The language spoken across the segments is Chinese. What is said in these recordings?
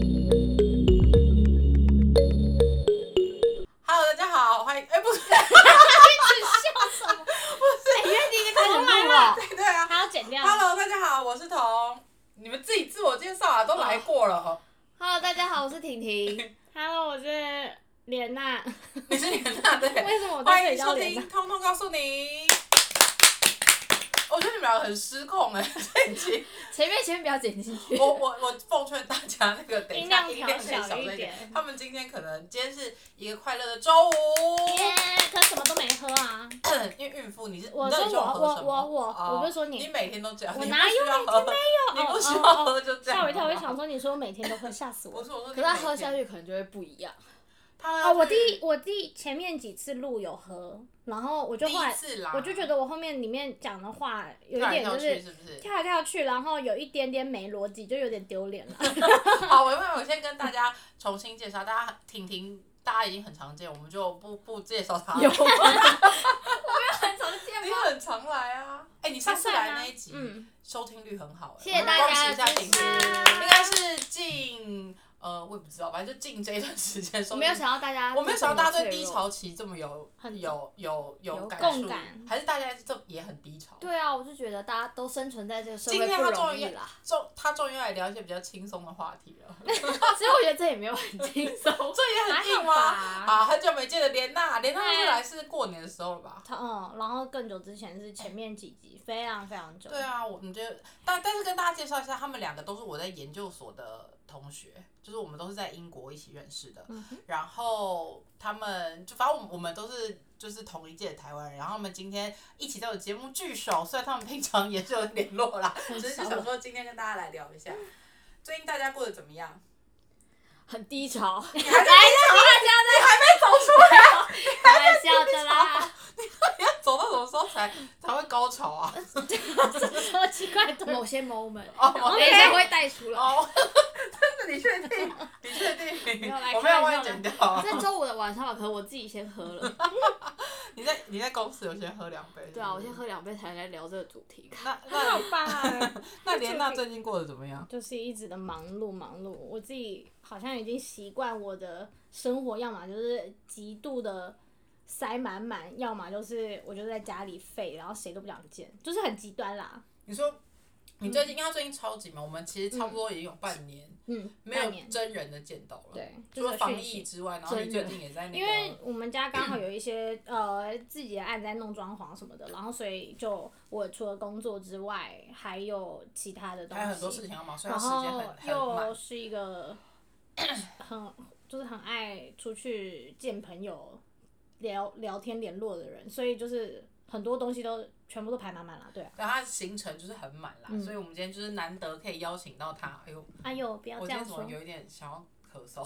哎 哎啊我是彤，你们自己自我介绍啊，都来过了。哦、 Hello，大家好，我是婷婷。 Hello，我是莲娜。你是莲娜对？为什么我在欢这迎里叫收莲听娜《通通告诉你》。我觉得你们两个很失控哎、这一 集前面前面不要剪进去。我我我奉劝大家那个等一下音量音量可以调小小声一一点点。他们今天可能今天是一个快乐的周五，耶！可是什么都没喝啊。 因为孕妇你是我你到底说需要我喝我什么我我哦我不是说你你每天都这样，我你哪不需要喝，有你不需哦哦要哦喝就这样。吓我一跳，我就想说，你说每天都喝，吓死我我。说我说，可是它喝下，去可能就会不一样。他喝下啊，我去第一我第一前面几次录有喝，然后我就第后一来次啊啦，我就觉得我后面里面讲的话有一跳来点跳就去是是不是？跳来跳去，然后有一点点没逻辑，就有点丢脸了。好，哦我我我先跟大家重新介绍，大家婷婷大家已经很常见，我们就不不介绍她。有了。 很常见你很常来啊，哎、你上次来那一集、嗯，收听率很好、哎谢谢大家恭喜一下的支婷持婷，应该是近呃我也不知道，反正就近这一段时间收听我没有。想到大家，我没有想到大家对低。潮期这么有很有有有有感共触感，还是大家这也很低潮？对啊，我就觉得大家都生存在这个社今会天不他终容于易啦。 终他终于要来聊一些比较轻松的话题了，其实我觉得这也没有很轻松。这也 很硬还吗？好吧啊，很久没见的莲娜，莲娜上次嗨来是过年的时候了吧？他嗯，然后更久之前是前面几集，非常非常久。对啊，我们觉得，但但是跟大家介绍一下，他们两个都是我在研究所的同学，就是我们都是在英国一起认识的。嗯哼然后他们就反正我们我们都是就是同一届的台湾人，然后他们今天一起在我节目聚首，虽然他们平常也是有联络 啦，只是想说今天跟大家来聊一下，最近大家过得怎么样？很低潮，哎你 还在开玩笑的 啦，要 走到什么时候才才会高潮啊？什 么奇怪的？某些 moment， 哦我等一下会带出 来。哦，但是你确定？ 你确定？有来我没有开玩帮笑你的剪掉啊。这周五的晚上吧，可能我自己先喝了。 你在你在公司有先喝两杯？是不是对啊，我先。喝两杯才来聊这个主题。那没那有啊吧？那莲娜最近过得怎么样？就是一直的忙碌忙碌，我自己好像已经习惯我的生活，要么就是极度的塞满满，要么就是我就在家里废，然后谁都不想见，就是很极端啦。你说你最近，因为她最近超级忙，我们其实差不多也有半年嗯，没半有年真人的见到了。对，除这了个防讯疫息之外，然后你真最的近也在那个，因为我们家刚好有一些呃自己的案在弄装潢什么的，然后所以就我除了工作之外，还有其他的东还西，有很多事情要忙，所以然她时间后很很又满。是一个很就是很爱出去见朋友、聊聊天联络的人，所以就是很多东西都全部都排满满了，对啊。然后她的行程就是很满啦，嗯所以我们今天就是难得可以邀请到她。哎呦，哎呦，不要我这今天样怎说么，有一点想要咳嗽？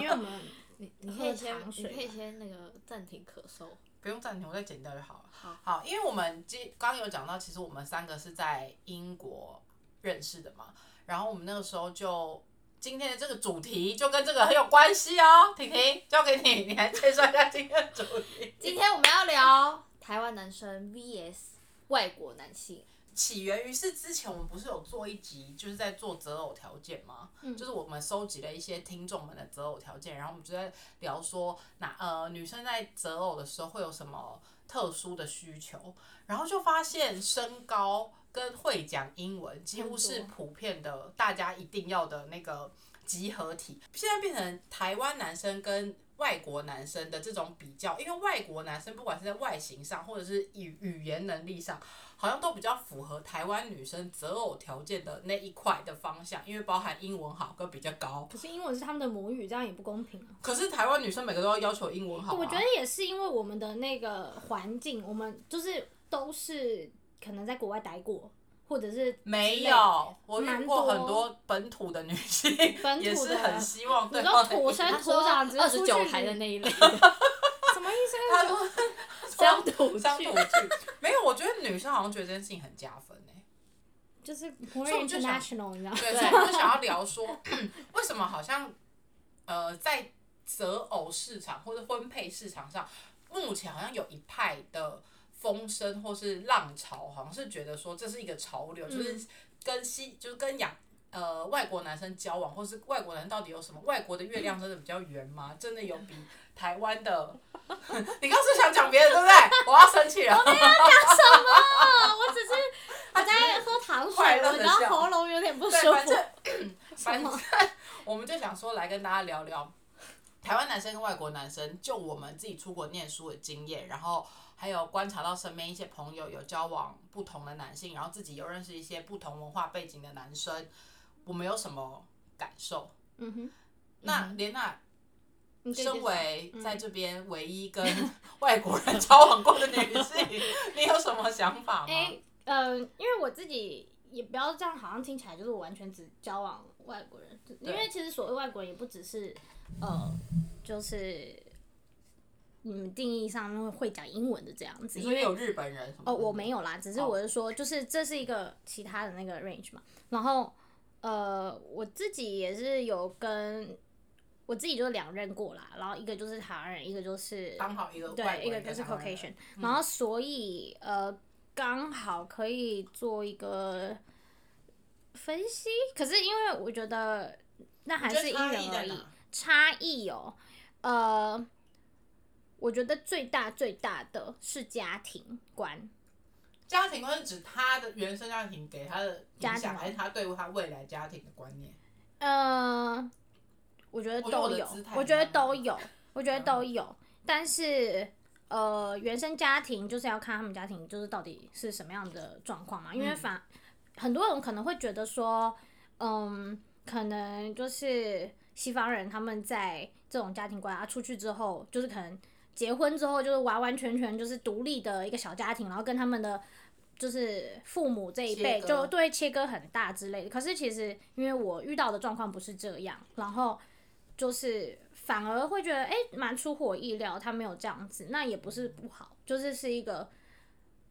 因为我们你你可以先喝糖你水吧可以先那个暂停咳嗽。不用暂停，我再剪掉就好了。好，好，因为我们今刚刚有讲到，其实我们三个是在英国认识的嘛，然后我们那个时候就今天的这个主题就跟这个很有关系哦。婷婷，交给你，你来介绍一下今天的主题。今天我们要聊台湾男生 VS 外国男性，起源于是之前我们不是有做一集，就是在做择偶条件吗？嗯就是我们收集了一些听众们的择偶条件，然后我们就在聊说哪呃女生在择偶的时候会有什么特殊的需求，然后就发现身高跟会讲英文几乎是很普遍的，大家一定要的那个集合体。现在变成台湾男生跟外国男生的这种比较，因为外国男生不管是在外形上，或者是语语言能力上，好像都比较符合台湾女生择偶条件的那一块的方向，因为包含英文好跟比较高。可是英文是他们的母语，这样也不公平啊。可是台湾女生每个都要要求英文好、啊，我觉得也是因为我们的那个环境，我们就是都是可能在国外待过，或者是没之类的有，我遇蛮过多很多本土的女性， 本土也是的很希望对你说方的土英生他土说长，只二是十出九去台的那一类， 什么意思？他说 乡土乡土剧剧，没有，我觉得女生好像觉得这件事情很加分哎、就是不所以会我就想 international，你知道吗？对，所以我就想要聊说，为什么好像呃在择偶市场或者婚配市场上，目前好像有一派的风声或是浪潮，好像是觉得说这是一个潮流，就是跟西就是跟洋呃外国男生交往，或是外国人到底有什么？外国的月亮真的比较圆吗？真的有比台湾的？ 你刚刚是想讲别的对不对？我要生气了。什么？我只是我他只是在喝糖水，快乐我地知道修 对，反复正反正 我们就想说来跟大家聊聊台湾男生跟外国男生，就我们自己出国念书的经验，然后还有观察到身边一些朋友有交往不同的男性，然后自己有认识一些不同文化背景的男生，我们有什么感受？嗯哼，那莲娜你可以身介嗯为在这边唯一跟 外国人交往过的女 性，你有什么想法吗？哎、呃，因为我自己也不要这样，好像听起来就是我完全只交往外国人，因为其实所谓外国人也不只是呃，就是你们定义上面会讲英文的这样子，你因说为有日本人什么的？哦，我没有啦，只是哦我是说，就是这是一个其他的那个 range 嘛。然后呃，我自己也是有跟我自己就两任过啦，然后一个就是台湾人，一个就是刚好一个外对，国一个人就是台湾人 Caucasian，、然后所以呃刚好可以做一个分析，可是因为我觉得那还你觉是得因差人异在而哪异，差异哦，呃，我觉得最大最大的是家庭观，家庭观是指他的原生家庭给他的影家庭响，吗还是他对他未来家庭的观念？呃，我觉得我觉得我都的有姿态，嗯我觉得很好都有，我觉得都有，但是呃，原生家庭就是要看他们家庭就是到底是什么样的状况嘛，因为嗯反、很多人可能会觉得说，嗯，可能就是西方人他们在这种家庭观啊出去之后，就是可能结婚之后就是完完全全就是独立的一个小家庭，然后跟他们的。就是父母这一切辈割就对切割很大之类的，可是其实因为我遇到的状况不是这样，然后就是反而会觉得，哎、蛮出乎我意料，他没有这样子，那也不是不好，就是是一个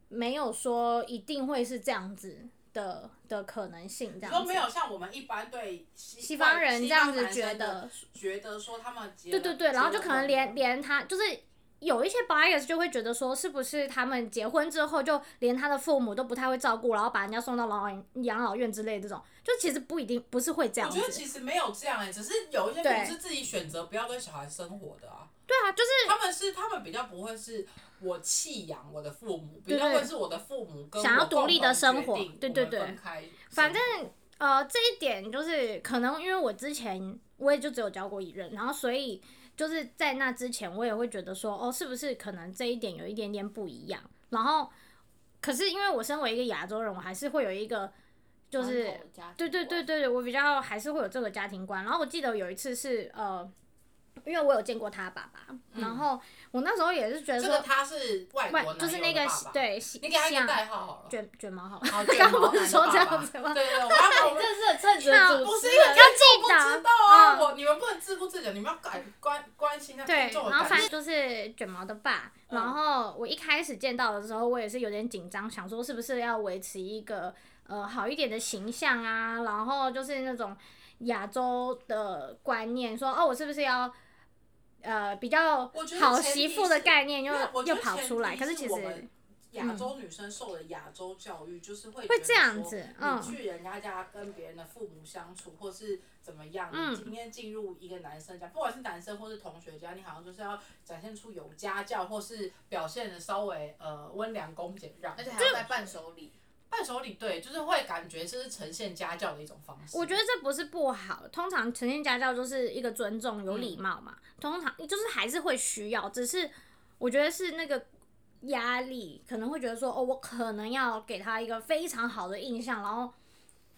没有说一定会是这样子的的可能性，这你样子说没有像我们一般对西西方人这样子西方觉男生的，得，觉得说他们结对对对，然后就可能连连连他就是。有一些 bias 就会觉得说，是不是他们结婚之后就连他的父母都不太会照顾，然后把人家送到老养养老院之类的这种，就其实不一定不是会这样我子。觉得其实没有这样哎、只是有一些父母对是自己选择不要跟小孩生活的啊。对啊，就是他们是他们比较不会是我弃养我的父母，比对较会是我的父母跟想要我共独立同的生决活定对我对们对分开生活反正呃，这一点就是可能因为我之前我也就只有交过一任，然后所以就是在那之前我也会觉得说，哦，是不是可能这一点有一点点不一样？然后，可是因为我身为一个亚洲人，我还是会有一个就是传统的家庭对对对观，对对，我比较还是会有这个家庭观。然后我记得有一次是呃，因为我有见过他爸爸，然后我那时候也是觉得嗯这个说，他是外国男友的就是那个爸爸，对西你给他一西洋个代号好了。卷卷毛好了，好，刚卷毛不男是的说爸这爸样子吗？对对啊对，我要你这是趁着那主不是持因为人观众不要知记道啊，嗯我你们不能自顾自讲，你们要感关关心他对听，众的然后反感受。正就是卷毛的爸。嗯然后我一开始见到的时候，我也是有点紧张，想说是不是要维持一个呃好一点的形象啊，然后就是那种亚洲的观念，说哦，我是不是要呃比较我觉得好前提媳妇的是概念又那我觉又得跑前出来，提可是其我实们亚洲女生受的亚洲教育，就是会会会这样子，嗯你，去人家家跟别人的父母相处，或是怎么样，嗯你今天进入一个男生家，不管是男生或是同学家，你好像就是要展现出有家教，或是表现的稍微呃温良恭俭让，而且还要带伴手礼，伴手礼对，就是会感觉这是呈现家教的一种方式。我觉得这不是不好，通常呈现家教就是一个尊重、有礼貌嘛。通常就是还是会需要，只是我觉得是那个压力，可能会觉得说，哦，我可能要给他一个非常好的印象，然后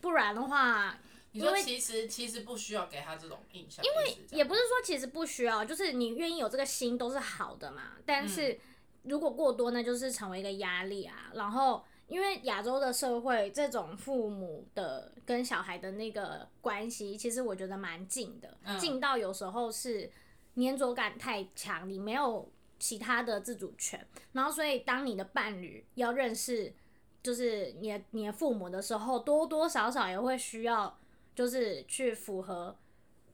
不然的话，你说因为其实其实不需要给他这种印象，因为也不是说其实不需要，就是你愿意有这个心都是好的嘛。但是如果过多，那就是成为一个压力啊。然后因为亚洲的社会，这种父母的跟小孩的那个关系，其实我觉得蛮近的，近到有时候是粘着感太强，你没有其他的自主权。然后所以当你的伴侣要认识。就是你的你的父母的时候，多多少少也会需要，就是去符合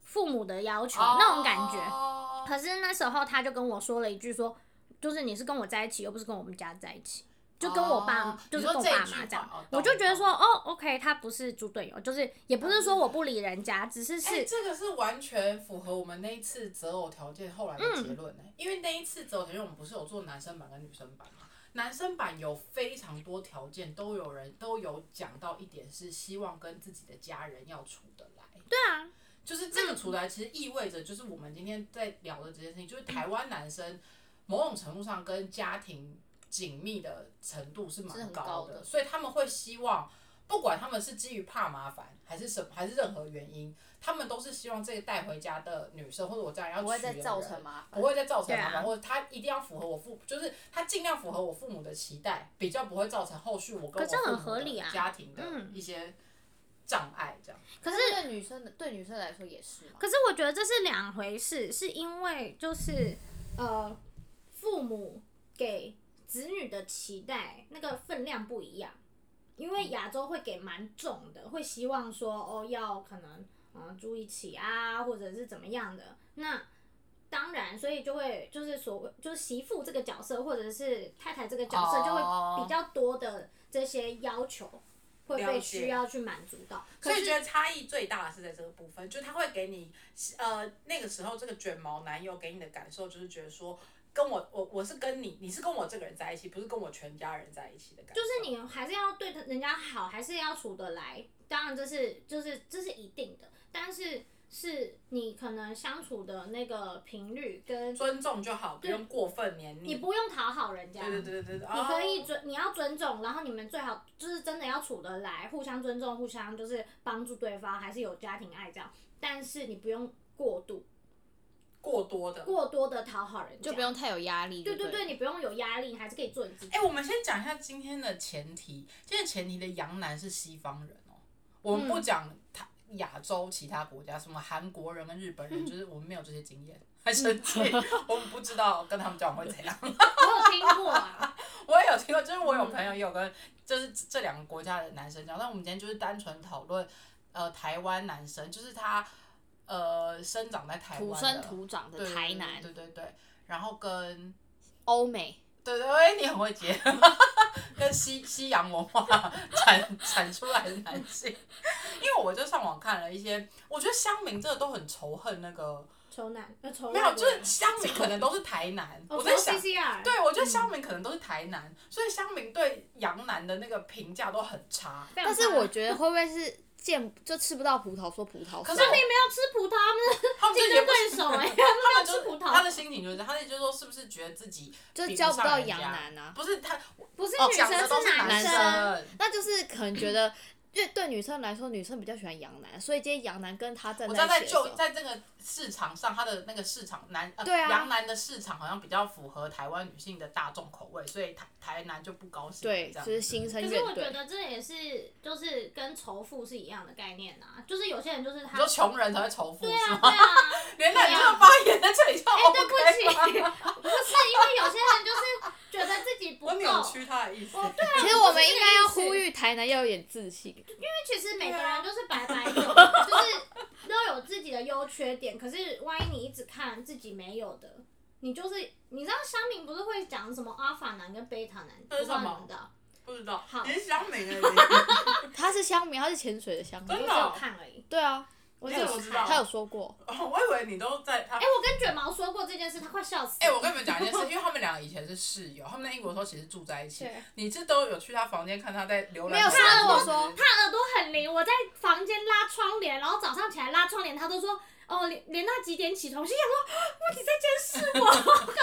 父母的要求、那种感觉。哦觉。可是那时候他就跟我说了一句说，就是你是跟我在一起，又不是跟我们家在一起，就跟我爸、哦就是你跟说我这爸一妈句这样话哦，我就懂觉得懂说哦，OK，他不是猪队友，就是也不是说我不理人家，只是哎、是、这个是完全符合我们那一嗯哎次择偶条件后来的结论呢、因为那一次择偶条件我们不是有做男生版跟女生版嘛，男生版有非常多条件，都有人都有讲到一点是希望跟自己的家人要处得来。对啊，就是这个出来，其实意味着就是我们今天在聊的这件事情，就是台湾男生某种程度上跟家庭紧密的程度是是蛮很高的，的所以他们会希望，不管他们是基于怕麻烦还是什么，还是任何原因，他们都是希望这个带回家的女生或者我这样要不会娶的再造成人麻烦不。会再造成麻对烦，啊或者他一定要符合我父，就是他尽量符合我父母的期待，比较不会造成后续我跟我可这很父母合理的啊家庭的嗯一些障碍这样。可是对女生的对女生来说也是嘛。可是我觉得这是两回事，是因为就是呃，父母给子女的期待那个分量不一样，因嗯为亚洲会给蛮重的，会希望说哦要可能嗯、呃住一起啊，或者是怎么样的那。当然，所以就会就是所谓就是媳妇这个角色，或者是太太这个角色，就哦会比较多的这些要求会了被解需要去满足到。可所以是觉得差异最大的是在这个部分，就他会给你，呃，那个时候这个卷毛男友给你的感受就是觉得说，跟我我我是跟你，你是跟我这个人在一起，不是跟我全家人在一起的感受。就是你还是要对他人家好，还是要处得来。当然这是就是这是一定的，但是是你可能相处的那个频率跟尊重就好，不用过分黏你腻。不用讨好人家，对对对对对，哦你你可以尊你要尊重，然后你们最好就是真的要处得来，互相尊重，互相就是帮助对方，还是有家庭爱这样。但是你不用过度过多的。过多的讨好人家，就不用太有压力。对对对对，，你不用有压力，你还是可以做你自 己。哎、我们先讲一下今天的前提，今天前提的洋男是西方人哦，我们不讲他亚洲其他国家，什么韩国人跟日本嗯人，就是我们没有这些经验，还生 气，我们不知道跟他们交往会怎样。 我有听过啊， 我也有听过，就是我有朋友也有跟，就是这两个国家的男生讲，但我们今天就是单纯讨论，呃，台湾男生，就是他，呃，生长在台湾土的生土长的对台南、对对对对，然后跟，欧美，对对，哎，你很会接，跟西西洋文化产产出来的男性，因为我就上网看了一些，我觉得乡民真的都很仇恨那个，丑男呃丑没外有，国就是人乡民可能都是台南，哦我在仇想 CCR 对，我觉得乡民可能都是台南，所以乡民对洋男的那个评价都很差。非常但是棒我觉得会不会是见就吃不到葡萄说竞争对手可葡萄是酸？并没有吃葡萄，他们是他们就也竞争不对是手 哎、他们吃葡就萄他的心情就是，他的就是说，是不是觉得自己就比交不不上到人洋家男啊，不是他不是哦女讲生的都是男生生，啊那就是可能 觉得，因为对女生来说，女生比较喜欢洋男，所以今天洋男跟他站我知在道在一起的时就候，在这个市场上，他的那个市场男呃对啊洋男的市场好像比较符合台湾女性的大众口味，所以台台南就不高兴了对，这就样子是心生可怨是我觉怼。得这也是就是跟仇富是一样的概念啊，就是有些人就是你他说穷人才会仇富对是啊吗？对啊，原来你这对啊个发言在这里叫哎、对 OK 吗？不起， 不是因为有些人就是觉得自己不够，我因扭曲他的意思。哦对啊其实我们应该要呼吁台南要有点自信，为其实每个人都是白白的，啊就是都有自己的优缺点，可是万一你一直看自己没有的。你就是，你知道香民不是会讲什么阿法男跟贝塔男，不那是知道什你么们的，不知道好，你是想美 人鱼，他是乡民，他是潜水的乡民我真。的只哦有看而已。对啊，我只有不看知道，他有说过，哦，我以为你都在他。哎、我跟卷毛说过这件事，他快笑死了。哎、我跟你们讲一件事，因为他们俩以前是室友，他们在英国的时候其实住在一起对。你这都有去他房间看他在浏览？没有他是他跟耳我朵说他耳朵很灵，我在房间拉窗帘，然后早上起来拉窗帘，他都说哦，连连到几点起床？我心想说，问题在监视我，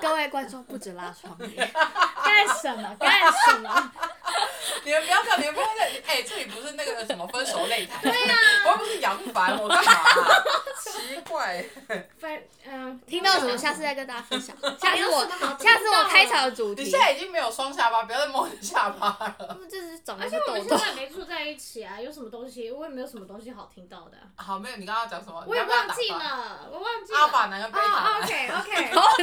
各位观众不止拉窗帘，干什 么干什么？你们不要这样，你们不要这样。哎、这里不是那个什么分手擂台，对呀、我又不是杨凡，我干嘛啊、奇怪，反嗯，听到什么下次再跟大家 分享。下次我有什么好下次我开场的主哎你题嗯现，在已经没有双下巴，不要再摸你下巴了。就是长而的且是我痘们痘现。在也没住在一起啊，有什么东西？我也没有什么东西好听 到的啊，好，没有，你刚刚讲什么？我也你要不要忘打记断。了，我忘记了。阿法男跟贝塔哦男。 ，OK OK，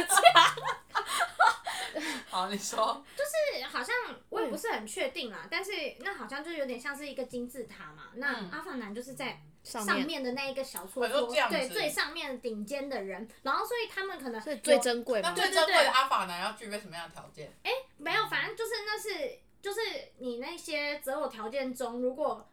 好，你说。就是好像我也不是很确定啦，但是那好像就有点像是一个金字塔嘛。那嗯阿凡男就是在上面上面的那一个小我戳说戳哦这样，对子最上面顶尖的人，然后所以他们可能所以有最珍贵那嘛，最对珍贵对的阿法男要具备什么样的条件？没有，反正就是那是就是你那些择偶条件中，如果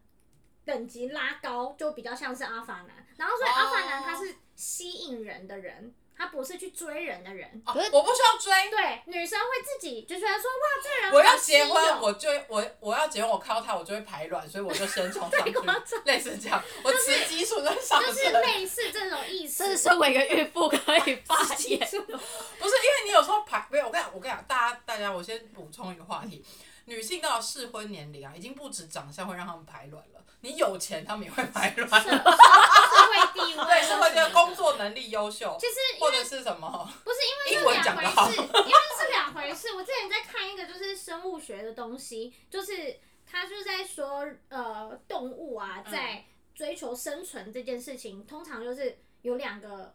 等级拉高，就比较像是阿法男。然后所以哦阿法男他是吸引人的人，他不是去追人的人。哦可是我不需要追，对，女生会自己就觉得说，哇，这人我好要稀有结婚，我就我我要结婚，我看到他我就会排卵，所以我就先冲上去，类似这样，我雌激素在上就是升。类似这种意思。这是身为一个孕妇可以发言。不是因为你有时候排没有，我跟你讲，我跟你讲，大家大家，我先补充一个话题，女性到了适婚年龄啊，已经不止长相会让她们排卵了，你有钱她们也会排卵，社社会地 位，对，是会觉得工作能力优秀，其实因或为者是什么，不是因英为文是两讲回得好事，因为是两回事。我之前在看一个就是生物学的东西，就是他就在说呃动物啊嗯在追求生存这件事情，通常就是有两个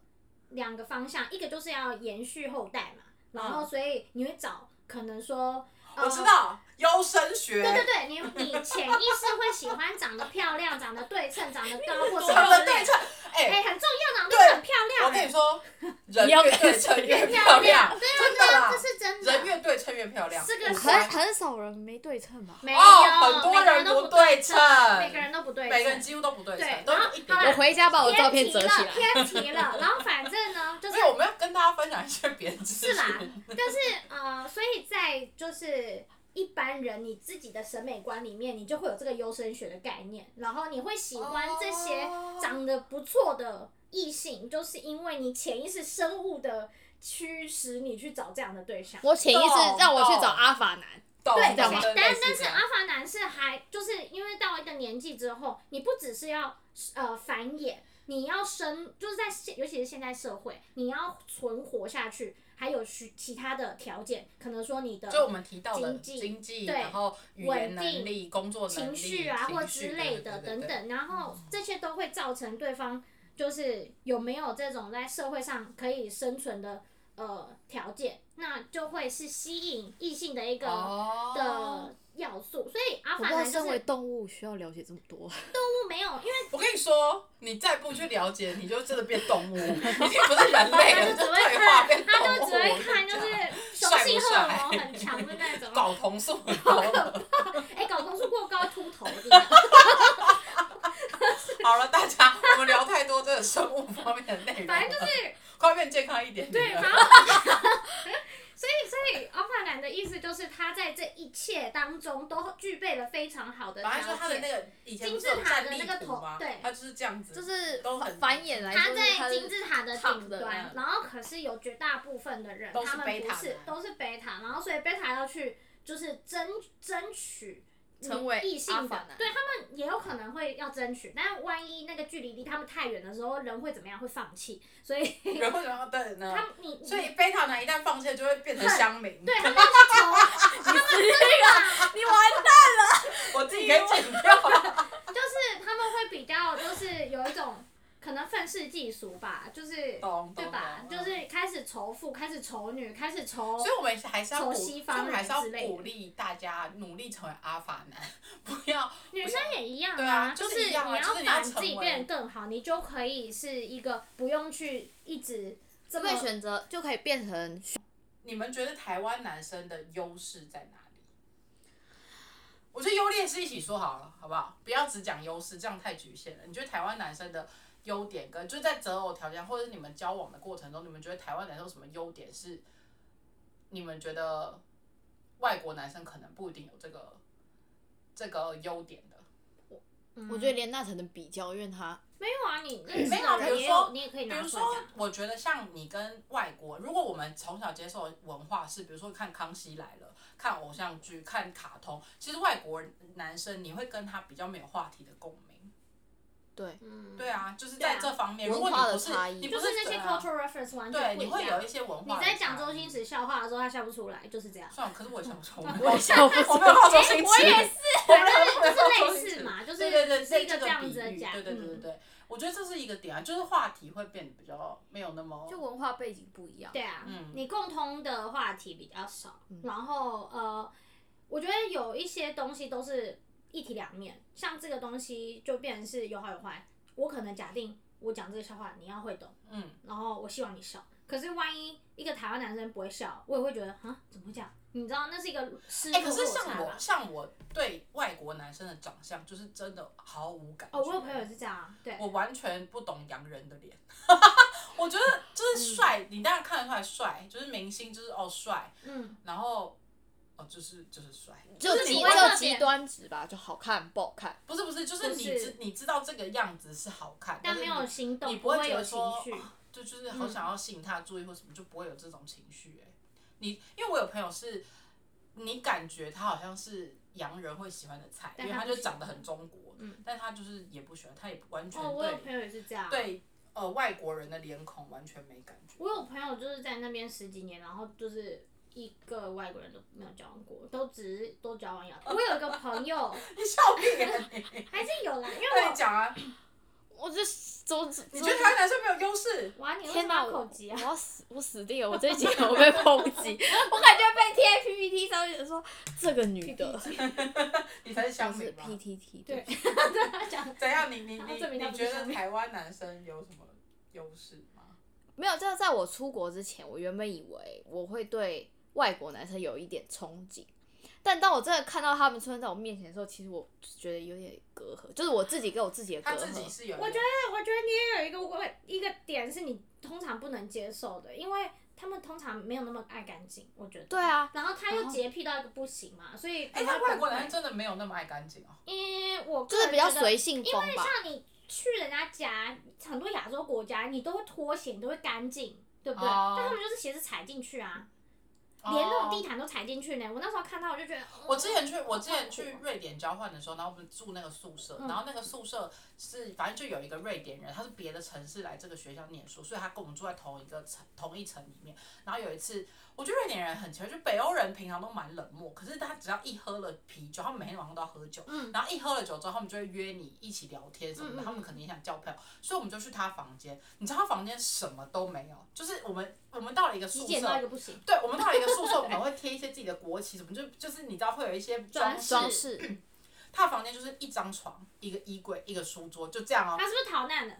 两个方向，一个就是要延续后代嘛，然后所以你会找可能说。呃嗯我知道优生学，对对对，你你潜意识会喜欢长得漂亮、长得对称、长得高或什什么么之类对的。称，哎、哎、很重要，长得就是很漂亮、我跟你说，人你要越对跟称谁越漂漂亮亮，对真对的啊，啦这，是真的。人越对称越漂亮，这个五是很官很少人没对称吧？没有，哦很多每个人都不对对每称个人都不对称。每个人几乎都不对称对，都然后一点好啦都我不回家把我照偏片题折了，起来。偏题了。然后反正 呢，就是没有，我们要跟大家分享一些别人知是啦识。，但是呃，所以在就是一般人你自己的审美观里面，你就会有这个优生学的概念，然后你会喜欢这些哦长得不错的异性，就是因为你潜意识生物的驱使你去找这样的对象。我潜意识让我去找阿法男，懂对，这懂但样吗真的但是啊这样阿法男是还就是因为到一个年纪之后，你不只是要呃繁衍，你要生，就是在现尤其是现在社会，你要存活下去，还有其其他的条件，可能说你就我的们提到的经济经济，对然后语言能力、工作能情力、绪啊或之类的的等。等，然后这些都会造成对方就是有没有这种在社会上可以生存的呃条件，那就会是吸引异性的一个。哦的要素，所以阿我不凡知道达就身为是动物需要了解这么多。动物没有，因为我跟你说，你再不去了解，你就真的变 动物，你不是 人类他了，就只会退化看，变动物。他就只会看就我 跟你是雄帅不性荷尔蒙帅很强的 那讲。种睾酮素很高的。哎，搞公数过高秃头真的，好了，大家，我们聊太多这个生物方面的内容了，反正就是 快变健康一点对，点了。然后。 所以，所以阿凡达的意思就是，他在这一切当中都具备了非常好的反正说条他的件。那个以前不是金有字塔战的力那个图吗头？对他就是这样子，就是都很 繁衍来他说，在它金是字塔的 top 顶的端嗯，然后可是有绝大部分的人都是他们贝不塔是男都是贝塔，然后所以贝塔要去就是争争取成为异性阿法的，男对他们也有可能会要争取，但万一那个距离离他们太远的时候，人会怎么样？会放弃，所以 然后然后对呢他？们你你嗯所以贝塔男一旦放弃，就会变成乡民。对他们是你玩我自己给剪 掉。从就是他们会比较就是有一种可能愤世嫉俗吧，就是懂对吧？懂懂嗯就是开始仇富，开始仇女，开始仇所以我们还是要鼓，从所西以方我们还是要人之类的鼓励大家努力成为阿法男， 不要女生也一样对啊就就是是一样啊就是你你要把自己成为变得更好，你就可以是一个不用去一直这可以么。选择就可以变成你们觉得台湾男生的优势在哪里？我觉得优劣势一起说好了，好不好？不要只讲优势，这样太局限了。你觉得台湾男生的优点跟就是在择偶条件或者是你们交往的过程中，你们觉得台湾男生有什么优点是你们觉得外国男生可能不一定有这个这个优点的？嗯我觉得连那才能比较，因为他没有 啊，你认识没有啊的人比也如说有，你也可以比拿如出说来讲。，我觉得像你跟外国，如果我们从小接受的文化是，比如说看《康熙来了》、看偶像剧、看卡通，其实外国男生你会跟他比较没有话题的共鸣。对嗯，对，啊，就是对啊在这方面，如文果你化的不是差异你不就是那些对啊 cultural reference 完对，全你不一会有样一。些文你化。在讲周星。驰笑话的时候，他笑不出来，就是这样。哎算了，可是我也想不 出，我笑不 我出没有看周星驰，我也是，反正就是类似嘛，就是对对对，是一这这样比子的喻讲。对对对对嗯对，我觉得这是一个点啊，就是话题会变得比较没有那么就文化背景不一样。对啊，嗯你共通的话题比较少，然后呃，我觉得有一些东西都是一体两面，像这个东西就变成是有好有坏。我可能假定我讲这个笑话你要会懂，嗯，然后我希望你笑。可是万一一个台湾男生不会笑，我也会觉得啊，怎么会这样？你知道那是一个失哎、落可是落像差我吧？像我对外国男生的长相，就是真的毫无感觉。哦嗯哦，我有朋友也是这样啊，对，我完全不懂洋人的脸， 我觉得嗯就是帅，你当然看得出来帅，就是明星就是哦帅，嗯，然后哦就是就是帅，就就是极你会特就别极端值吧，就好看不好看。不是不是，就是你不是知你知道这个样子是好看，但是没有你行动，你不会会觉有得情说绪。嗯啊 就就是好想要吸引他的注意或什么，就不会有这种情绪、哎，你因为我有朋友是，你感觉他好像是洋人会喜欢的菜，因但为他他不就喜长得欢很中国，嗯但他就是也不喜欢，他也完全哦，我有朋对、友也是这样。，对呃外国人的脸孔完全没感觉。我有朋友就是在那边十几年，然后就是一个外国人都没有交往过，都只是都交往亚洲。我有一个朋友你 笑屁啊 你！还是有啦，因为那我你讲啊，我就总之，你你觉得台湾男生没有优势？哇，你为什天么要我口急啊 我？要死，我死定了！我这一集我被抨击， 我感觉被贴 PPT 上面说这个女的，你才是就乡是民吧？ PTT 对 对，他讲怎样？你你他你证明他你不是觉乡得民台湾男生有什么优势 吗？没有，这在我出国之前，我原本以为我会对外国男生有一点憧憬，但当我真的看到他们出现在我面前的时候，其实我觉得有点隔阂，就是我自己跟我自己的隔他自己阂。是有一个，我觉得，我觉得你也有一个问一个点是你通常不能接受的，因为他们通常没有那么爱干净，我觉得。对。啊，然后他又哦洁癖到一个不行嘛，所以哎、他那外国男生真的没有那么爱干净哦。因为我个就是人比较觉得随性因风为吧。像你去人家家，很多亚洲国家你都会拖鞋，你都会干净，对不对？哦但他们就是鞋子踩进去啊，连那种地毯都踩进去呢。我那时候看到我就觉得，哦我之前去，我之好痛前苦啊去瑞典交换的时候，然后我们住那个宿舍，嗯然后那个宿舍是反正就有一个瑞典人，他是别的城市来这个学校念书，所以他跟我们住在同一个层同一层里面。然后有一次，我觉得瑞典人很奇怪，就北欧人平常都蛮冷漠，可是他只要一喝了啤酒，他们每天晚上都要喝酒，嗯然后一喝了酒之后，他们就会约你一起聊天什么嗯的，嗯嗯他们肯定想交朋友，所以我们就去他房间，你知道他房间什么都没有，就是我们我们到了一个极宿简舍到一。个不行，对，我们到了一个宿舍，我们可能会贴一些自己的国旗什么，就就是你知道会有一些装饰。装饰，他的房间就是一张床、一个衣柜、一个书桌，就这样哦、他是不是逃 难了？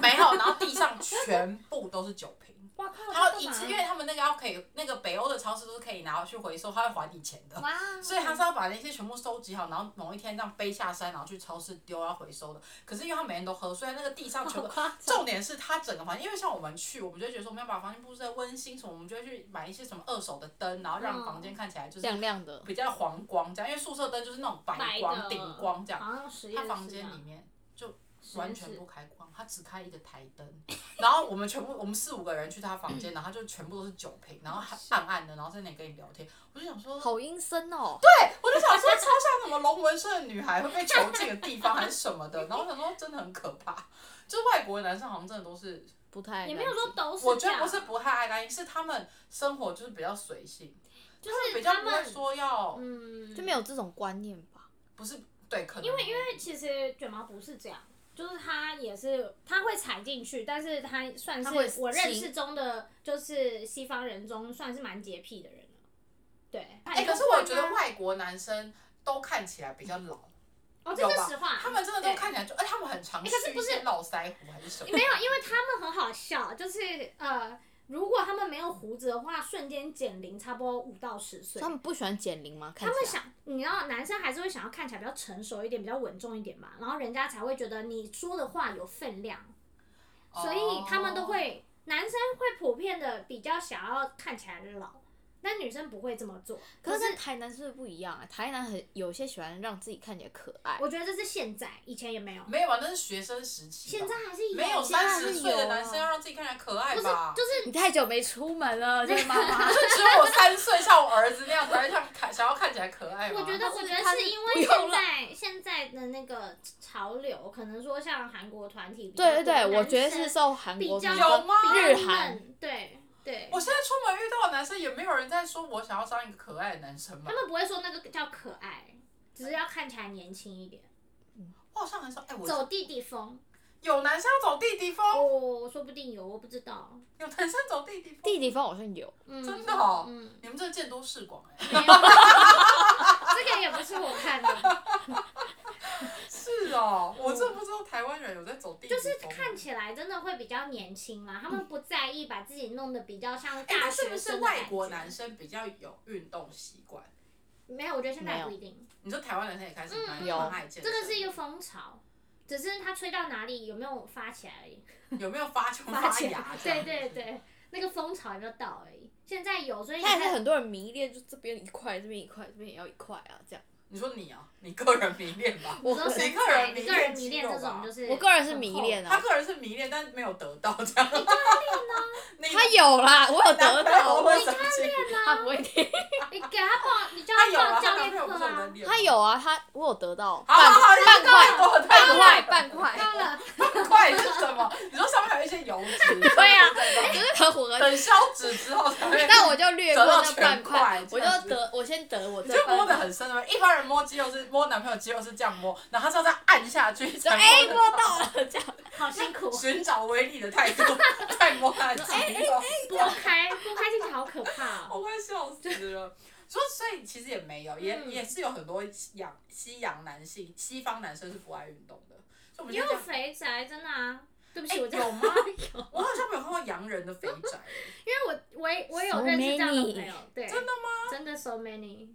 没有，然后地上全部都是酒瓶。哇靠！然他后一 干嘛次，因为他们那个要可以，那个北欧的超市都是可以拿去回收，他会还你钱的。哇，所以他是要把那些全部收集好，然后某一天这样背下山，然后去超市丢要回收的。可是因为他每天都喝，所以那个地上全好部夸张。重点是它整个房间，因为像我们去，我们就会觉得说我们要把房间布置的温馨什么，我们就会去买一些什么二手的灯，然后让嗯房间看起来就是亮亮的。比较黄光这样，因为宿舍灯就是那种白光、顶光这样。好像实验他室房间啊里面实验完室全不开光，他只开一个台灯， 然后我们全部我们四五个人去他房 间，然后他就全部都是酒瓶，哦然后还暗暗的，然后在那里跟你聊天，我就想说，好阴森哦，对我就想说超像什么龙纹身的女孩会被囚禁的地方还是什么的，然后我想说真的很可怕，就是外国的男生好像真的都是。不太也没有说都是这我样，觉得不是不太爱干净，是他们生活就是比较随性，就他们是比较他不会们说要，嗯，就没有这种观念吧？不是对，可能因为因为其实卷毛不是这样，就是他也是他会踩进去，但是他算他会是我认吸识中的就是西方人中算是蛮洁癖的人了。对，哎哎、可是我觉得外国男生都看起来比较老，哦，这有是吧实话，他们真的对都看起来就，哎，他们很常哎去可是不一是些络腮胡还是什么，没有，因为他们很好笑，就是呃，如果他们没有胡子的话，瞬间减龄，差不多五到十岁他。们不喜欢减龄吗？他看们起来想，你知道，男生还是会想要看起来比较成熟一点，比较稳重一点嘛，然后人家才会觉得你说的话有分量。哦所以他哦们都会，男生会普遍的比较想要看起来老，但女生不会这么做。可可是是跟台南是不是不一样啊？台南很有些喜欢让自己看起来可爱，我觉得这是现在，以前也没有嗯哦。没有吧？那是学生时期吧，现在还是没有现三在还十是岁的有男啊生要让自己看起来可爱不是吧？就是你太久没出门了，就是妈妈。就只有我三岁像我儿子那样子，还想看想要看起来可爱吗？我觉得，但是我觉得他是是因不为现用在现在的那个潮流，可能说像韩国团体比较对对多，对，我男觉得生是受韩比国较女有吗比较日韩嫩，对对，我现在出门遇到的男生也没有人在说我想要当一个可爱的男生吧他？们不会说那个叫可爱，只是要看起来年轻一点，我好像很少，哎、我走弟弟风有男生要走弟弟风，哦，说不定有，我不知道，有男生走弟弟风，弟弟方好像有，嗯，真的哦嗯。你们这见多识广哎、 没有这个也不是我看哦的，是哦，我真不知道台湾人有在走弟弟就风，是看起来真的会比较年轻啦，他们不在意把自己弄得比较像哎、大那是学不是生的外感国觉男生比较有运动习惯？没有，我觉得现在没也有不一定，你说台湾男生也开始蛮有蛮爱健嗯这身，个是一个风潮，只是它吹到哪里有没有发起来而已，有没有发就发发起来芽，， 对对，对，那个风潮有没有到而已。现在有，所以你他还是看很多人迷恋，就这边一块，这边一块，这边也要一块啊，这样。你说你啊，你个人迷恋吧，你说你身个材，人你迷个人恋迷肌恋肉这种吧就是，我个人是迷恋他啊，个人是迷恋，但是没有得到这样。你 你他有啦，我有男得朋友到，我为有什么去他不会听，你给他报，你叫他有报啊，教他男练朋友不课是我的啊。脸吗。他有啊，他我有得到好啊半好好，半太块多了，半块太半块，啊到了， 半块是什么？你说上面还有一些油 脂，对啊，就是很混合。等消脂之后才会。但我就略过那半块，折到全块这我样子就得我先得我你这就摸半得块，很深的，一般人摸肌肉是摸男朋友肌肉是这样摸，然后他是要这样按下去就才哎摸摸得到了这样。好 辛苦，寻找威力的态度，再摸他的肌肉，拨开，拨开听起来好可哎怕哦。我快笑死了。所以所以其实也没有，也、嗯也是有很多西洋西洋男性、西方男生是不爱运动的，所以我们也就有这样。肥宅，真的啊。对不哎、起，我真的有吗？我好像没有看过洋人的肥宅，因为 我我也我有 So 认识这样的 many 朋友，对，真的吗？真的 so many。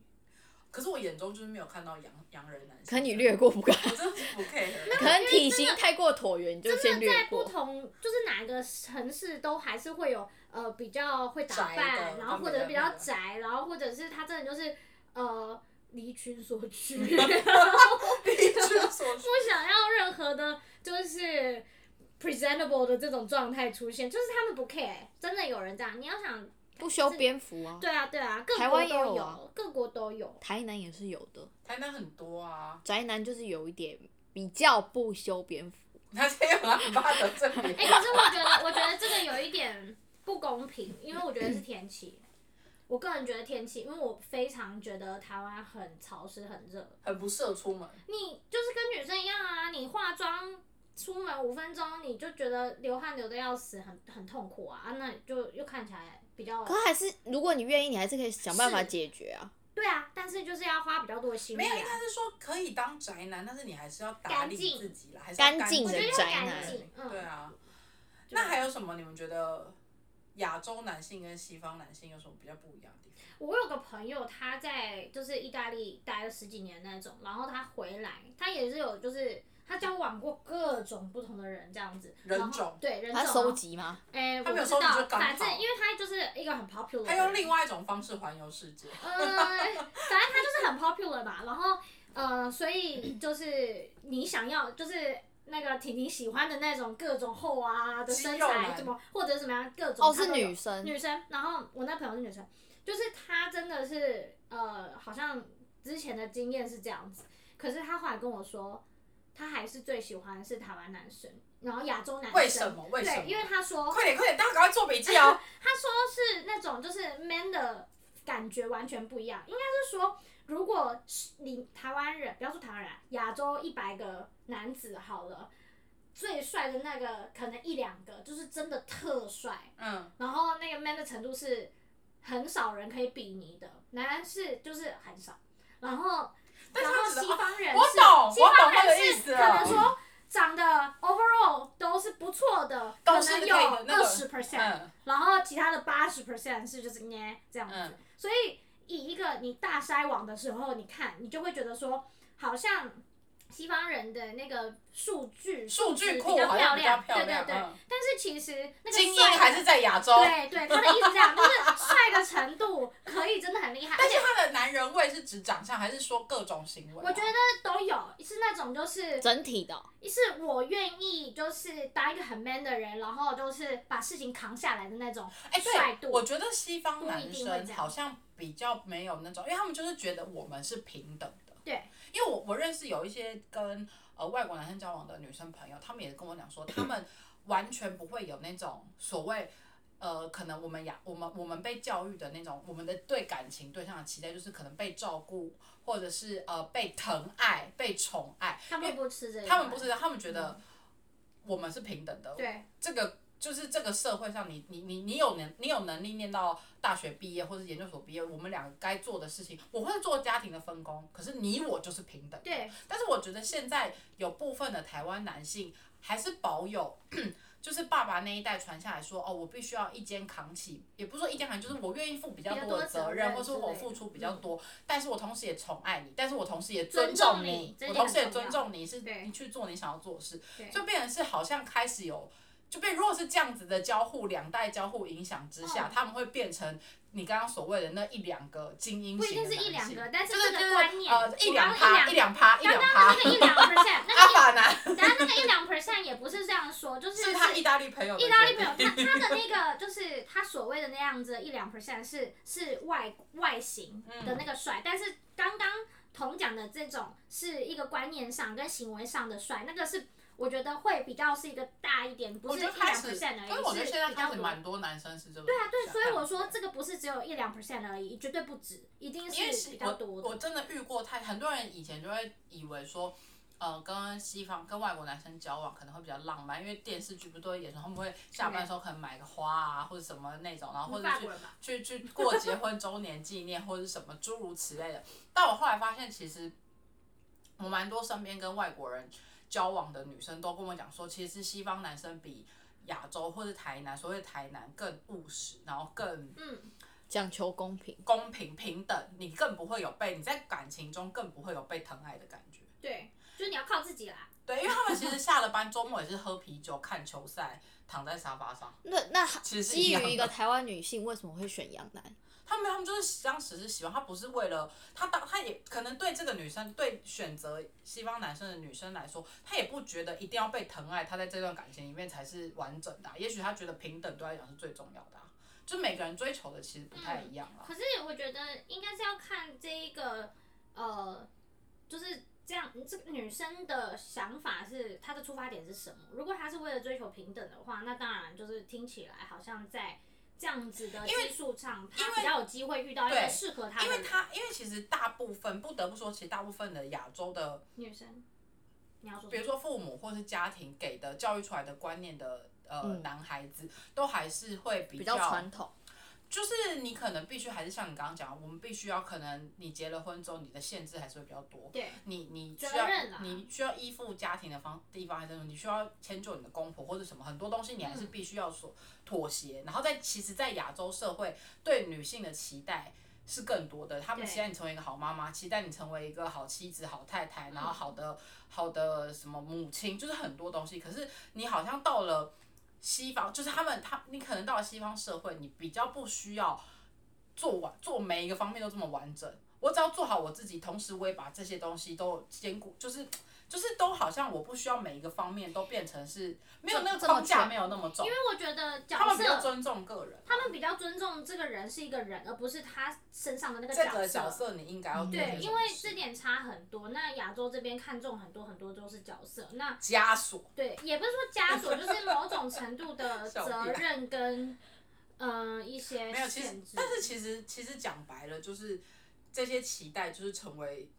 可是我眼中就是没有看到洋洋人男性。可能你略过不看，我真的是不 care。可能体型太过椭圆，你就先真的略在不过。同，就是哪个城市都还是会有呃比较会打宅的扮，然后或者是比他较们的宅，然后或者是他真的就是呃离群所 居，你就所说不想要任何的，就是 presentable 的这种状态出现，就是他们不 care，真的有人这样。你要想，不修边幅啊，对啊对啊，各台国湾都也有啊各国都有。台南也是有的，台南很多啊，宅男就是有一点比较不修边幅。他先有他爸的这里。哎、可是我觉得，我觉得这个有一点不公平，因为我觉得是天气。我个人觉得天气，因为我非常觉得台湾很潮湿、很热。很不适合出门，你就是跟女生一样啊，你化妆出门五分钟，你就觉得流汗流的要死，很很痛苦啊。啊，那你就又看起来比较可还是，如果你愿意，你还是可以想办法是解决啊。对啊，但是就是要花比较多的心力、没啊。有，应该是说可以当宅男，但是你还是要打理自己啦，还是要干净净的我觉得要宅干男净嗯对啊，对那还有什么？你们觉得亚洲男性跟西方男性有什么比较不一样的地方？我有个朋友，他在就是意大利待了十几年那种，然后他回来，他也是有就是他交往过各种不同的人这样子，人然后种对人种，他收集吗？哎、他我没有不知收集道，就刚好反正因为他就是一个很 popular，的他人用另外一种方式环游世界，呃，反正他就是很 popular 吧，然后呃，所以就是你想要就是。那个婷婷喜欢的那种各种厚啊的身肌肉材，男怎么或者怎么样各种哦，他是都有女生，女生，然后我那朋友是女生，就是她真的是呃，好像之前的经验是这样子，可是她后来跟我说，她还是最喜欢是台湾男生，然后亚洲男生，为什么？为什对，因为么？她说快点快点，大家赶快做笔记 哦！她说是那种就是 man 的感觉完全不一样，应该是说，如果是你台湾人，不要说台湾人啊，亚洲一百个男子好了，最帅的那个可能一两个，就是真的特帅。嗯，然后那个 man 的程度是很少人可以比拟的，男是就是很少，然后但是然他后只能西方人我是懂西我懂方他的人意是思可能了说长得 overall 都是不错的，都可是能可以有的那二个十 percent，嗯然后其他的八十 percent 是就是捏这样子，嗯所以以一个你大筛网的时候，你看你就会觉得说好像。西方人的那个数据数据值库好像漂比较亮，漂亮，对对对。嗯但是其实那个精英帅的还是在亚洲，对对，他的意思这样，就是帅的程度可以真的很厉害，而但是且他的男人味是指长相，还是说各种行为啊？我觉得都有，是那种就是整体的哦，是我愿意就是当一个很 man 的人，然后就是把事情扛下来的那种哎、帅对，度。我觉得西方不一男定会生这样好像比较没有那种，因为他们就是觉得我们是平等的。对，因为我我认识有一些跟呃外国男生交往的女生朋友，他们也跟我讲说，他们完全不会有那种所谓。呃，可能我们呀，我们我们被教育的那种，我们的对感情对象的期待就是可能被照顾，或者是呃被疼爱、被宠爱。他们不吃这个，他们不知道，他们觉嗯得我们是平等的，对，这个就是这个社会上你，你你你有能你有能力念到大学毕业或者研究所毕业，我们两个该做的事情，我会做家庭的分工，可是你我就是平等。对，但是我觉得现在有部分的台湾男性还是保有， 就是爸爸那一代传下来说，哦，我必须要一肩扛起，也不是说一肩扛起，就是我愿意负比较比较多多的责责任，任或是之我类的嗯付出比较多，但是我同时也宠爱你，但是我同时也尊尊重重你你，这一我点同时也很重尊要重你，是对你去做你想要做的事，对就变成是好像开始有。就变，如果是这样子的交互，两代交互影响之下，嗯他们会变成你刚刚所谓的那一两个精英型不的一定是男一两性个，但是就这是个观念，呃一两我刚刚趴一两趴一刚两刚趴那，个一两 percent，阿那个法男 一，然后那个一两 percent 也不是这样说，就是是他意大利朋友的决定，意大利朋友，他他的那 个就是他所谓的那样子的一两 percent 是是外外形嗯的那个帅，但是刚刚彤讲的这种是一个观念上跟行为上的帅，那个是我觉得会比较是一个大一点，不我是一觉得两开始， percent 而但是我觉已，得是现在比开较始多。蛮多男生是这个对啊，对，想所以法我说这个不是只有一两 percent 而已，绝对不止，一定因为是西比较我多我的。真的遇过太很多人以前就会以为说，呃，跟西方跟外国男生交往可能会比较浪漫，因为电视剧不都会演说他们会下班的时候可能买个花啊或者什么那种，然后或者法去国人吧，去去过结婚周年纪念或者是什么诸如此类的。但我后来发现，其实我蛮多身边跟外国人交往的女生都跟我讲说，其实西方男生比亚洲或者台南所谓台南更务实，然后更嗯，讲求公平。公平平等，你更不会有被你在感情中更不会有被疼爱的感觉。对，就是你要靠自己啦。对，因为他们其实下了班周末也是喝啤酒、看球赛，躺在沙发上。那那其实是一基样的于一个台湾女性，为什么会选杨楠？他们他们就是当时是喜欢，他不是为了他当他也可能对这个女生对选择西方男生的女生来说，他也不觉得一定要被疼爱，他在这段感情里面才是完整的啊、也许他觉得平等对他来讲是最重要的、啊，就每个人追求的其实不太一样啊啦。可是我觉得应该是要看这一个呃，就是这样，这个女生的想法是她的出发点是什么？如果她是为了追求平等的话，那当然就是听起来好像在这样子的基数上，她比较有机会遇到一对个适合她嗯因为的他，因为其实大部分不得不说，其实大部分的亚洲的女生。你要说比如说父母或是家庭给的教育出来的观念的呃、嗯男孩子，都还是会比比较传统，就是你可能必须还是像你刚刚讲的，我们必须要可能你结了婚之后，你的限制还是会比较多。对，你你需责要任啦你需要依附家庭的方地方，还是你需要迁就你的公婆或者什么，很多东西你还嗯是必须要所妥协。然后在其实，在亚洲社会对女性的期待。是更多的，他们对期待你成为一个好妈妈，期待你成为一个好妻子、好太太，然后嗯好的、好的什么母亲，就是很多东西。可是你好像到了西方，就是他们他你可能到了西方社会，你比较不需要做完做每一个方面都这么完整。我只要做好我自己，同时我也把这些东西都兼顾，就是就是都好像我不需要每一个方面都变成是没有那个这么框架全没有那么重因，为我觉得角他们比较色，尊重个人。他们比较尊重这个人是一个人，而不是他身上的那个这个角色你应该要做些对，什因么为事这点差很多。那亚洲这边看重很多很多都是角色，那枷锁，对，也不是说 枷锁，就是某种程度的笑屁啊责任跟嗯、呃一些没有，其实限制。但是其实其实讲白了，就是这些期待就是成为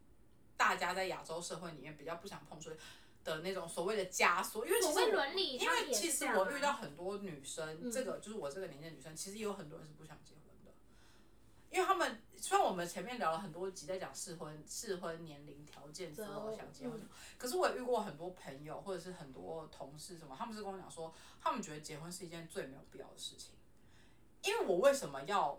大家在亚洲社会里面比较不想碰触的那种所谓的枷锁，因为其所实我谓伦理，因它为也其是实这样我啊遇到很多女生，嗯这个就是我这个年纪的女生，其实也有很多人是不想结婚的，因为他们虽然我们前面聊了很多集在讲适婚适婚年龄条件之后择想结婚，可是我也遇过很多朋友或者是很多同事什么，他们是跟我讲说，他们觉得结婚是一件最没有必要的事情，因为我为什么要？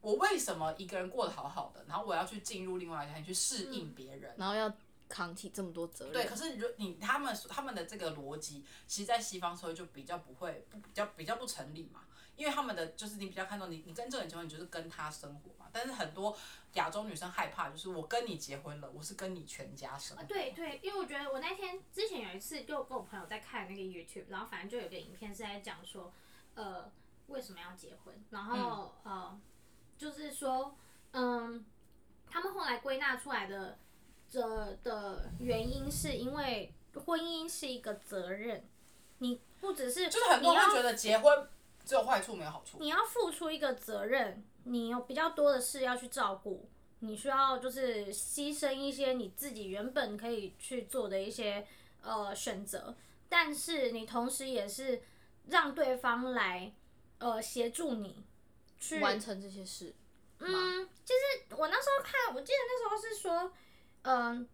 我为什么一个人过得好好的，然后我要去进入另外一个家庭去适嗯应别人？然后要扛起这么多责任。对，可是如你他们他们的这个逻辑，其实，在西方社会就比较不会，不比较比较不成立嘛，因为他们的就是你比较看重你，你跟这个人结婚，你就是跟他生活嘛。但是很多亚洲女生害怕，就是我跟你结婚了，我是跟你全家生活。啊，对对，因为我觉得我那天之前有一次就跟我朋友在看那个 YouTube，然后反正就有个影片是在讲说，呃，为什么要结婚，然后、嗯呃，就是说，嗯，他们后来归纳出来的的的原因是因为婚姻是一个责任，你不只是就是很多人你会觉要得结婚只有坏处没有好处，你要付出一个责任，你有比较多的事要去照顾，你需要就是牺牲一些你自己原本可以去做的一些呃选择，但是你同时也是让对方来呃协助你去完成这些事，嗯，就是我那时候看，我记得那时候是说，嗯、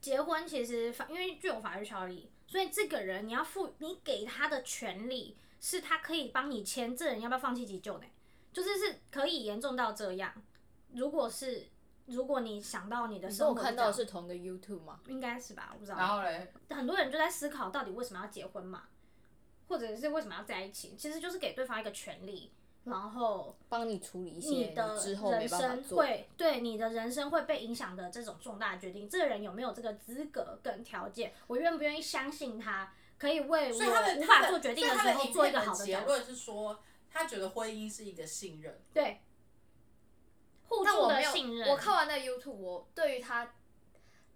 结婚其实法因为具有法律效力，所以这个人你要付你给他的权利是他可以帮你签，这人要不要放弃急救呢？就是是可以严重到这样。如果是如果你想到你的你生跟活是我这样，看到的是同一个 YouTube 吗？应该是吧？我不知道。然后嘞，很多人就在思考到底为什么要结婚嘛，或者是为什么要在一起，其实就是给对方一个权利，然后帮你处理一些你的之后没人办法生做。会对你的人生会被影响的这种重大决定，这个人有没有这个资格跟条件，我愿不愿意相信他，可以为我所以他的无他法的做决定所以他时候影做一片个的好的结角色论是说，他觉得婚姻是一个信任，对互但助我的没信有，任。我看完那 YouTube，我对于他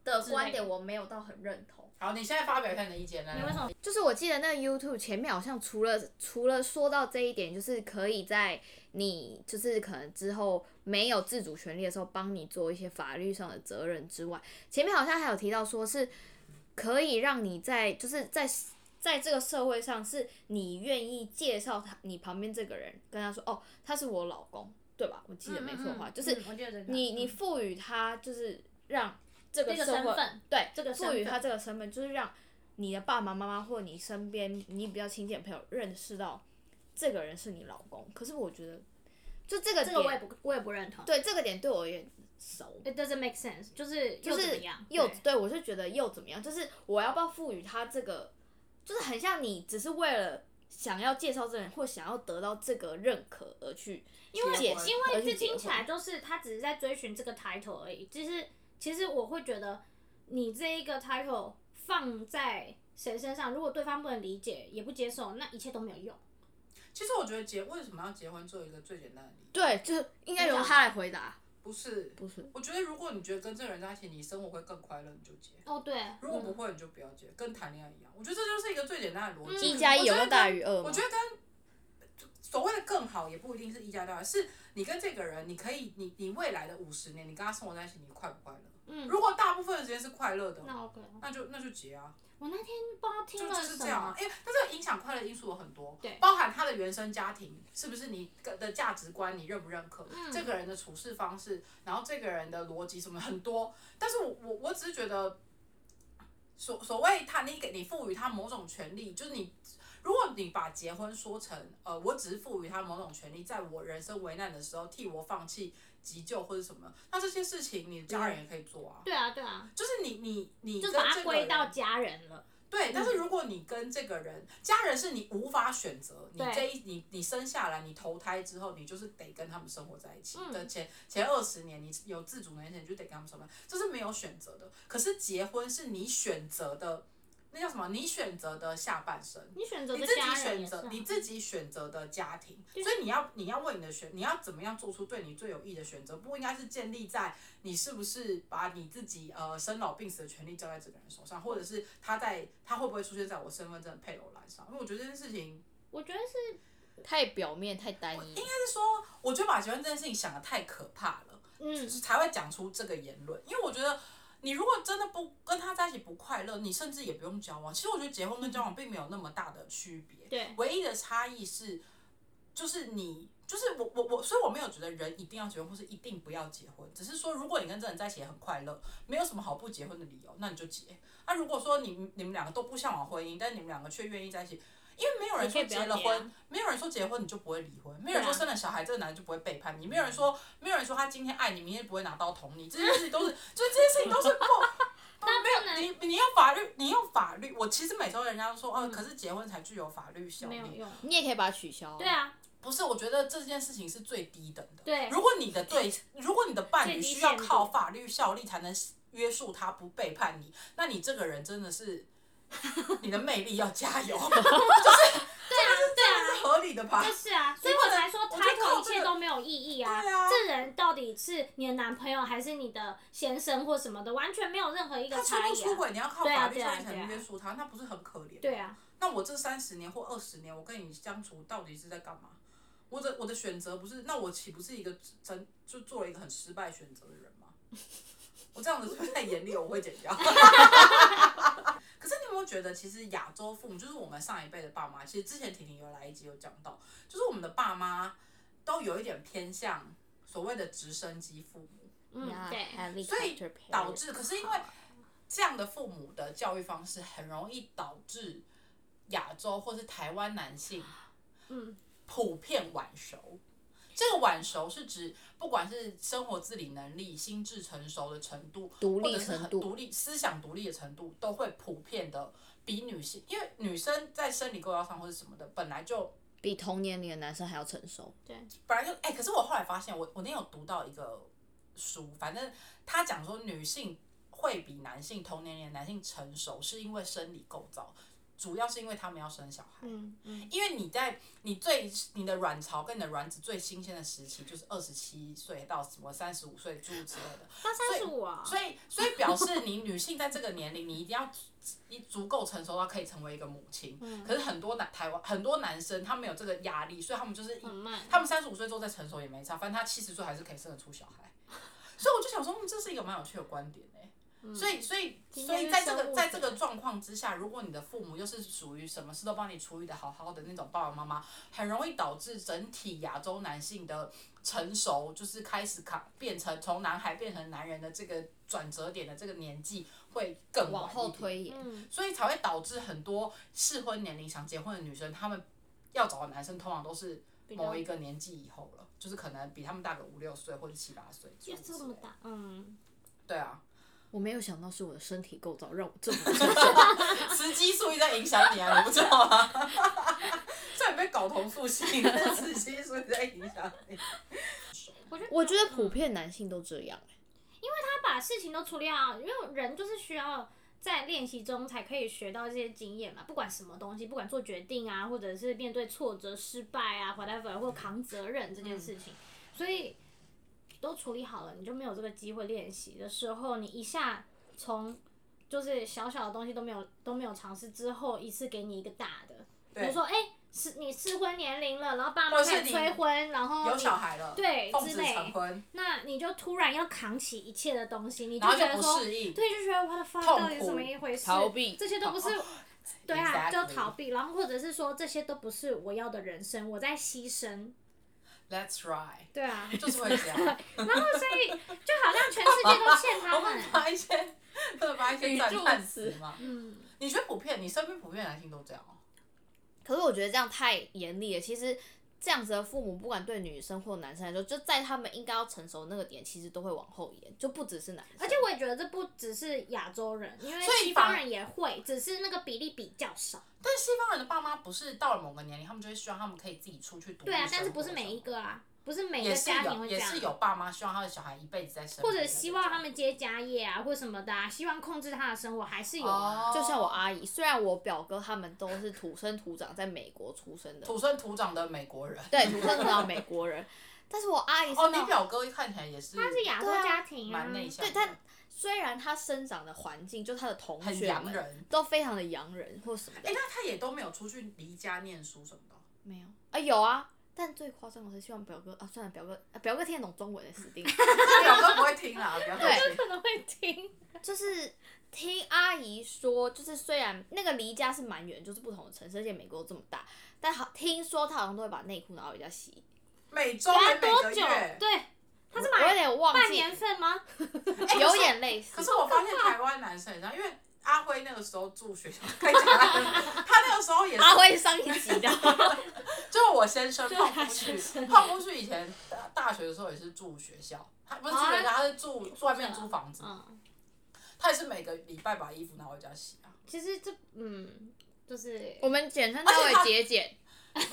的之类观的点我没有到很认同。好，你现在发表一下你的意见呢？你为什么就是我记得那个 YouTube 前面好像除了除了说到这一点，就是可以在你就是可能之后没有自主权利的时候，帮你做一些法律上的责任之外，前面好像还有提到说是可以让你在就是在在这个社会上，是你愿意介绍他你旁边这个人，跟他说哦，他是我老公，对吧？我记得没错的话，就是嗯我觉得这个你你嗯赋予他就是让这个这个社会身份对这个身赋份予他这个身份，就是让你的爸爸妈妈或你身边你比较亲近的朋友认识到这个人是你老公。可是我觉得，就这个这个点，我也不我也不认同。对这个点对我有点熟。 It doesn't make sense，就是就又怎么是样？又对对我就觉得又怎么样？就是我要不要赋予他这个，就是很像你只是为了想要介绍这个人或想要得到这个认可而去因解为释，因为而去这结听起婚来就是他只是在追寻这个 title 而已。其实，其实我会觉得你这一个 title 放在谁身上，如果对方不能理解也不接受，那一切都没有用。其实我觉得结为什么要结婚，做一个最简单的理由，对，就是应该由他来回答，不是，不是。我觉得如果你觉得跟这个人在一起，你生活会更快乐，你就结；哦，对，嗯如果不会，你就不要结，跟谈恋爱一样。我觉得这就是一个最简单的逻辑。嗯一加一有没有大于二我吗觉？得跟所谓的更好也不一定是一加大于二，是你跟这个人，你可以，你你未来的五十年，你跟他生活在一起，你快不快乐？嗯，如果大部分的时间是快乐的，那 OK。那就那就结啊，我那天不知道就听就了是什这样啊么。，因为但这个影响快乐因素有很多，对包含他的原生家庭是不是你的价值观，你认不认可、嗯这个人的处事方式，然后这个人的逻辑什么很多，但是我我我只是觉得，所所谓他你给你赋予他某种权利，就是你。如果你把结婚说成，呃，我只是赋予他某种权利，在我人生危难的时候替我放弃急救或者什么，那这些事情你的家人也可以做啊。对啊，对啊，就是你你你就跟把这它个归到人家人了。对，但嗯是如果你跟这个人，家人是你无法选择，你对这一你你生下来，你投胎之后，你就是得跟他们生活在一起嗯的前前二十年，你有自主能力前，你就得跟他们生活，这是没有选择的。可是结婚是你选择的，那叫什么？你选择的下半生。你选择你的自己家人选也是、啊择，你自己选择的家庭，所以你要你要为你的选，你要怎么样做出对你最有益的选择，不应该是建立在你是不是把你自己呃生老病死的权利交在这个人手上，或者是他在他会不会出现在我身份证的配偶栏上？因为我觉得这件事情，我觉得是太表面太单一，但是说，我觉得把结婚这件事情想的太可怕了，嗯，就是才会讲出这个言论，因为我觉得。你如果真的不跟他在一起不快乐，你甚至也不用交往。其实我觉得结婚跟交往并没有那么大的区别，对，唯一的差异是，就是你，就是我，我，我，所以我没有觉得人一定要结婚，或是一定不要结婚，只是说，如果你跟这个人在一起也很快乐，没有什么好不结婚的理由，那你就结。那、如果说你你们两个都不向往婚姻，但你们两个却愿意在一起，因为没有人说你可以结不要了结啊婚，没有人说结婚你就不会离婚，没有人说生了小孩这个男人就不会背叛你，没有人说没有人说他今天爱你，明天不会拿刀捅你，这些事情都是，就是这些事情都是不。 那不能你你用法律，你用法律，我其实每周人家都说，哦，可是结婚才具有法律效嗯没力有。用。你也可以把它取消。对，啊，不是，我觉得这件事情是最低等的。对如果你的对，如果你的伴侣最低需要限度靠法律效力才能约束他不背叛你，那你这个人真的 是，你的魅力要加油，对啊，对啊。这是合理的吧？就是啊，所以我才说我就靠 title 一这切个都没有意义啊。对啊这人到底是你的男朋友还是你的先生或什么的，完全没有任何一个他出差不异出啊。轨，你要靠对啊法律对效啊力才对能啊约束他，那不是很可怜？对。啊，那我这三十年或二十年，我跟你相处到底是在干嘛？我的我的选择不是，那我岂不是一个真就做了一个很失败选择的人吗？ 我这样子是不是太严厉了？我会剪掉。 可是你有没有觉得，其实亚洲父母就是我们上一辈的爸妈，其实之前婷婷有来一集有讲到，就是我们的爸妈都有一点偏向所谓的直升机父母。嗯，对，啊所以导致，可是因为这样的父母的教育方式很容易导致亚洲或是台湾男性嗯，普遍晚熟。这个晚熟是指不管是生活自理能力、心智成熟的程度，独或立者是程很度，独立思想独立的程度，都会普遍的比女性，因为女生在生理构造上或者什么的，本来就比同年龄的男生还要成熟。本来就哎、可是我后来发现，我我那天有读到一个书，反正他讲说女性会比男性同年龄的男性成熟，是因为生理构造，主要是因为他们要生小孩。嗯嗯，因为你在你最你的卵巢跟你的卵子最新鲜的时期就是二十七岁到什么三十五岁诸如此类的，到三十五啊，所以所以表示你女性在这个年龄，你一定要你足够成熟到可以成为一个母亲。嗯可是很多男台湾很多男生他们有这个压力，所以他们就是一很慢。他们三十五岁之后再成熟也没差，反正他七十岁还是可以生得出小 孩。所以我就想说，嗯，这是一个蛮有趣的观点哎、所以，所以，嗯今所天以是在这生个物在学这个状况之下，如果你的父母又是属于什么事都帮你处理的好好的那种爸爸妈妈，很容易导致整体亚洲男性的成熟，就是开始卡变成从男孩变成男人的这个转折点的这个年纪会更晚往后一点推延，嗯，所以才会导致很多适婚年龄想结婚的女生，她们要找的男生通常都是比较某一个年纪以后了，就是可能比他们大个五六岁或者七八岁。就这么。大，嗯，对啊，我没有想到是我的身体构造让我这么成熟 雌激素一直在影响你啊，你不 知道吗？虽然被睾酮复兴，但雌激素一直在影响你。哦我觉得我觉得普遍男性都这样、欸他把事情都处理好，因为人就是需要在练习中才可以学到这些经验嘛，不管什么东西，不管做决定啊，或者是面对挫折、失败啊，whatever，或扛责任这件事情，所以都处理好了，你就没有这个机会练习的时候，你一下从就是小小的东西都没有都没有尝试之后，一次给你一个大的，比如说哎。是你适婚年龄了，然后爸妈或者是开始你催婚，然后有你小孩了，对奉之子类成婚，那你就突然要扛起一切的东西，你然后觉就得不说，适应对，就觉得我的 fuck 痛到底是苦哦怎么一回事？逃避这些都不是，对啊，就 Exactly 逃避，然后或者是说这些都不是我要的人生，我在牺牲， That's right，对啊，就是会这样。所以就好像全世界都欠 他我们们，把一些，不能把一些语赞助叹词词嘛。嗯，你觉得普遍，你身边普遍男性都这样哦？可是我觉得这样太严厉了。其实这样子的父母，不管对女生或男生来说，就在他们应该要成熟那个点，其实都会往后延，就不只是男生。而且我也觉得这不只是亚洲人，因为所以西方反人也会，只是那个比例比较少，但西方人的爸妈不是到了某个年龄，他们就会希望他们可以自己出去读。对啊，但是不是每一。个啊，不是每一也个是家庭有，会这也样啊是。有爸妈希望他的小孩一辈子在身边或的那种，者希望他们接家业啊，或什么的啊，希望控制他的生活，还是有啊。哦，就像我阿姨，虽然我表哥他们都是土生土长在美国出生的，土生土长的美国人。对，土生土长美国人，但是我阿姨是哦，你那种表哥看起来也是，他是亚洲对啊家庭啊，蛮内向 对的，他虽然他生长的环境，就他的同很学洋们人。都非常的洋人或什么的哎，，那他也都没有出去离家念书什么的哦。 没有啊，有啊。但最夸张的是，希望表哥啊，算了，表哥、啊、表哥听得懂中文的死定了。 他表哥不会听啦，表哥对听。可能会听。就是听阿姨说，就是虽然那个离家是蛮远，就是不同的城市，而且美国这么大，但好听说他好像都会把内裤拿回家洗。每周还每多个久？月。对，他是我有买点忘半记，年份吗？有点类似。可是我发现台湾男生也这样，因为阿辉那个时候住学校，可以讲阿辉他那个时候也是阿辉上一集的， 就我先生对胖他夫先去，生胖夫去以前大大学的时候也是住学校，他不是住学校，他是住住外面租房子，嗯，他也是每个礼拜把衣服拿回家洗啊。其实这嗯，就是我们简称他为节俭。啊，因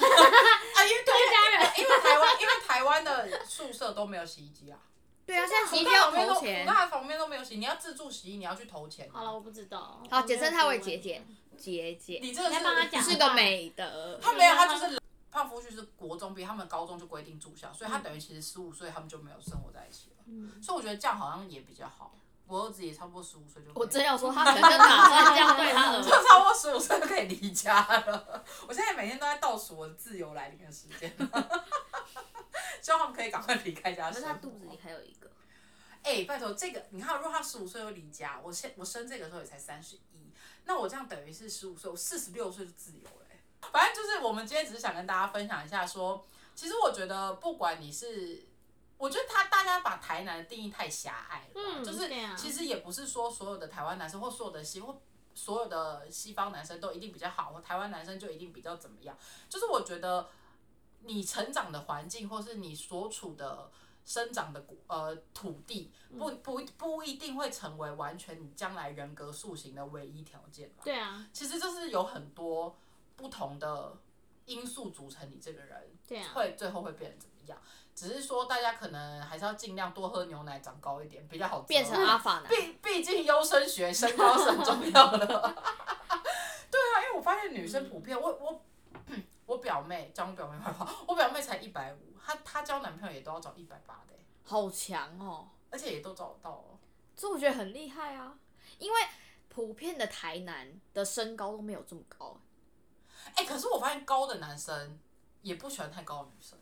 为对家人因为台湾因为台湾的宿舍都没有洗衣机啊，对啊，现在洗衣福机大哦旁要边都投福钱。大旁边都没有洗，你要自助洗衣，你要去投钱。好了，我不知道。我没好，有简称他去为问节俭，节俭你这个你在帮他是讲是个美德。他没有，啊他就是胖夫去是国中毕业，他们高中就规定住校，所以他嗯等于其实十五岁他们就没有生活在一起了。所以我觉得这样好像也比较好。我儿子也差不多十五岁就可以我真要说，他可能就打算这样对他 儿就子。 差不多十五岁就可以离家了。我现在每天都在倒数我的自由来临的时间， 希望他们可以赶快离开家生活。还有一个。哎、拜托，这个你看，如果他十五岁就离家，我现我生这个时候也才三十一，那我这样等于是十五岁，我四十六岁就自由了、欸。反正就是我们今天只是想跟大家分享一下说其实我觉得不管你是。我觉得他大家把台南的定义太狭隘了吧，嗯就是对啊其实也不是说所有的台湾男生或所有的西或所有的西方男生都一定比较好，或台湾男生就一定比较怎么样，就是我觉得你成长的环境或是你所处的。生长的国呃土地不不不一定会成为完全你将来人格塑形的唯一条件吧。对啊，其实就是有很多不同的因素组成你这个人，对啊会最后会变成怎么样？只是说大家可能还是要尽量多喝牛奶，长高一点比较好择偶。 变成阿法男，毕毕竟优生学身高是很重要 的。对啊，因为我发现女生普遍，我我我表妹讲我表妹坏话，我表妹才一百五，她她交男朋友也都要找一百八的欸、好强哦！而且也都找得到哦。这我觉得很厉害啊，因为普遍的台南的身高都没有这么高，哎、可是我发现高的男生也不喜欢太高的女生。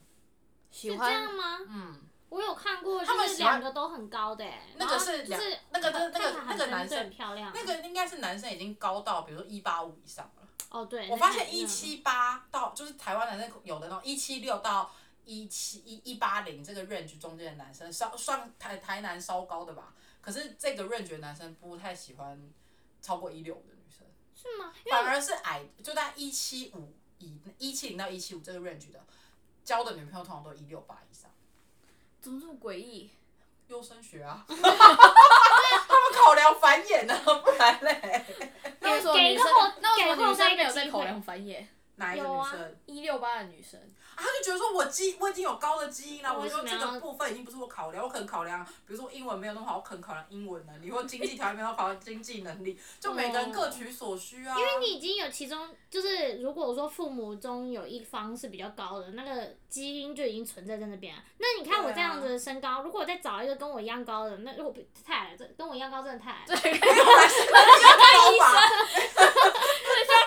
喜是这样欢吗？嗯，我有看过，他们就是喜欢两个都很高的、欸，那个然后是就两是那个那个那看起来个很男真生很漂亮，那个应该是男生已经高到，比如说一八五以上了。哦对，我那发个现那一个七八到就是台湾男生有的那种一七六到一七一一八零这个 range 中间的男生，稍算台台南稍高的吧。可是这个 range 的男生不太喜欢超过一六的女生，是吗？反而是矮，就在一七五以一七零到一七五这个 range 的交的女朋友通常都一六八以上。怎么这么诡异？优生学啊， 他们考量繁衍呢、啊，不然嘞，那为什么给女生给后？那为什给么后女生再没一有个在机考会量繁衍？哪一个有女啊生？一六八的女生，啊他就觉得说我基我已经有高的基因了，我我为什就么这要个部分已经不是我考量，我可能考量，比如说英文没有那么好，我可能考量英文能力，或经济条件没有考量经济能力，就每个人各取所需啊。因 为你已经有其中，就是如果说父母中有一方是比较高的，那个基因就已经存在在那边啊。那你看对啊我这样子的身高，如果我再找一个跟我一样高的，那如果不太矮了，这跟我一样高真的太 矮了。高吧，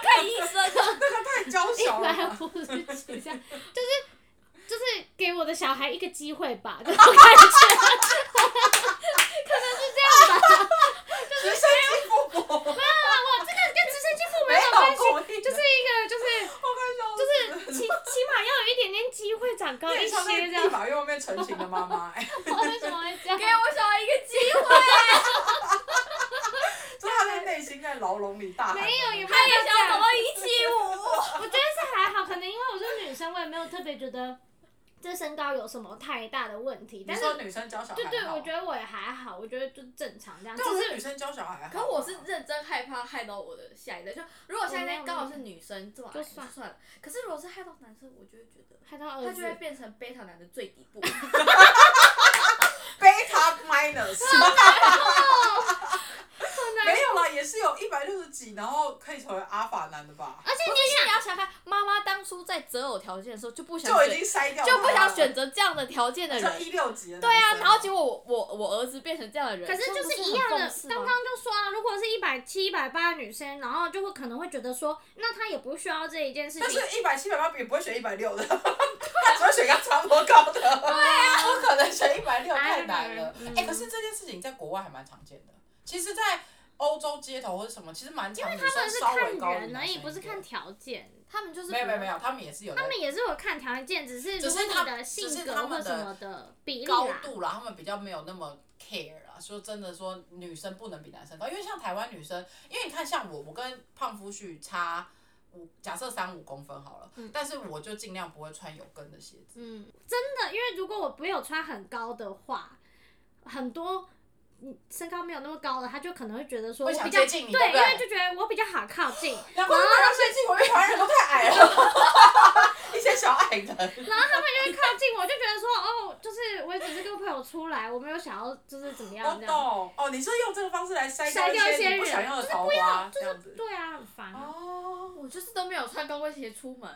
看医生，啊这个太娇小了百 吧。五十几这样，就是就是给我的小孩一个机会吧，这种感觉。直升机父母哇，这个跟直升机父母没有关有 系，共鸣，就是一个就是我看到就是起起码要有一点点机会长高一变些成这在样立。法院外面成型的妈妈、哎， 我为什么会这样 给？我小孩一个机 会，就是她在内心在牢笼里大喊。没有，也不他也要这想样走到。一七五。我觉得是还好，可能因为我是女生，我也没有特别觉得这身高有什么太大的问题。你但是，说女生教小孩对对，好我觉得我也还好，我觉得就正常这样。对，就我是是女生教小孩好啊。可我是认真害怕害到我的下一代，就如果下一代刚好是女生，这么矮就就算算了。可是如果是害到男生，我就会觉得害到他儿就会子，变成贝塔男的最底 部。 beta minus，没啊有啦，也是有一百六十几，然后可以成为阿法男的吧，啊而且你要想看，妈妈当初在择偶条件的时候就不想就已选经筛掉他就了，不想选择这样的条件的像人。一六级的男生，对啊，然后结果我我我儿子变成这样的人，可是这就不是是一样的很讽。刺吗刚刚就说啊，如果是一百七、一百八的女生，然后就会可能会觉得说，那她也不需要这一件事但情。是一百七百八也不会选一百六的， 他只会选跟差不多高的，对啊，不可能选一百六太难了 I 嗯 don't。know，哎、可是这件事情在国外还蛮常见的，其实，在欧洲街头或者什么，其实蛮常，因为他们是稍微高看于人而男生已，一不是点看条件。他们就是没有没有不没有，他们也是有在他们也是有看条件，只是只如是果你他的只是性他格们或什的么的比例高啦，度啦，他们比较没有那么 care 啦。说真的，说女生不能比男生高，因为像台湾女生，因为你看像我，我跟胖夫婿差五，假设三五公分好了，但是我就尽量不会穿有跟的鞋子。嗯，真的，因为如果我没有穿很高的话，很多嗯身高没有那么高的，他就可能会觉得说我会比想较接近你对对，不因对为就觉得我比较好靠 近，难怪台湾最近我们台湾人都太矮了， 一些小矮人。然后他们就会靠近我，就觉得说哦，就是我只是跟朋友出来，我没有想要就是怎么我样这样，懂哦，你是用这个方式来筛筛掉一一些你不人想要的桃花，这样子。对啊，很烦。哦，我就是都没有穿高跟鞋出门，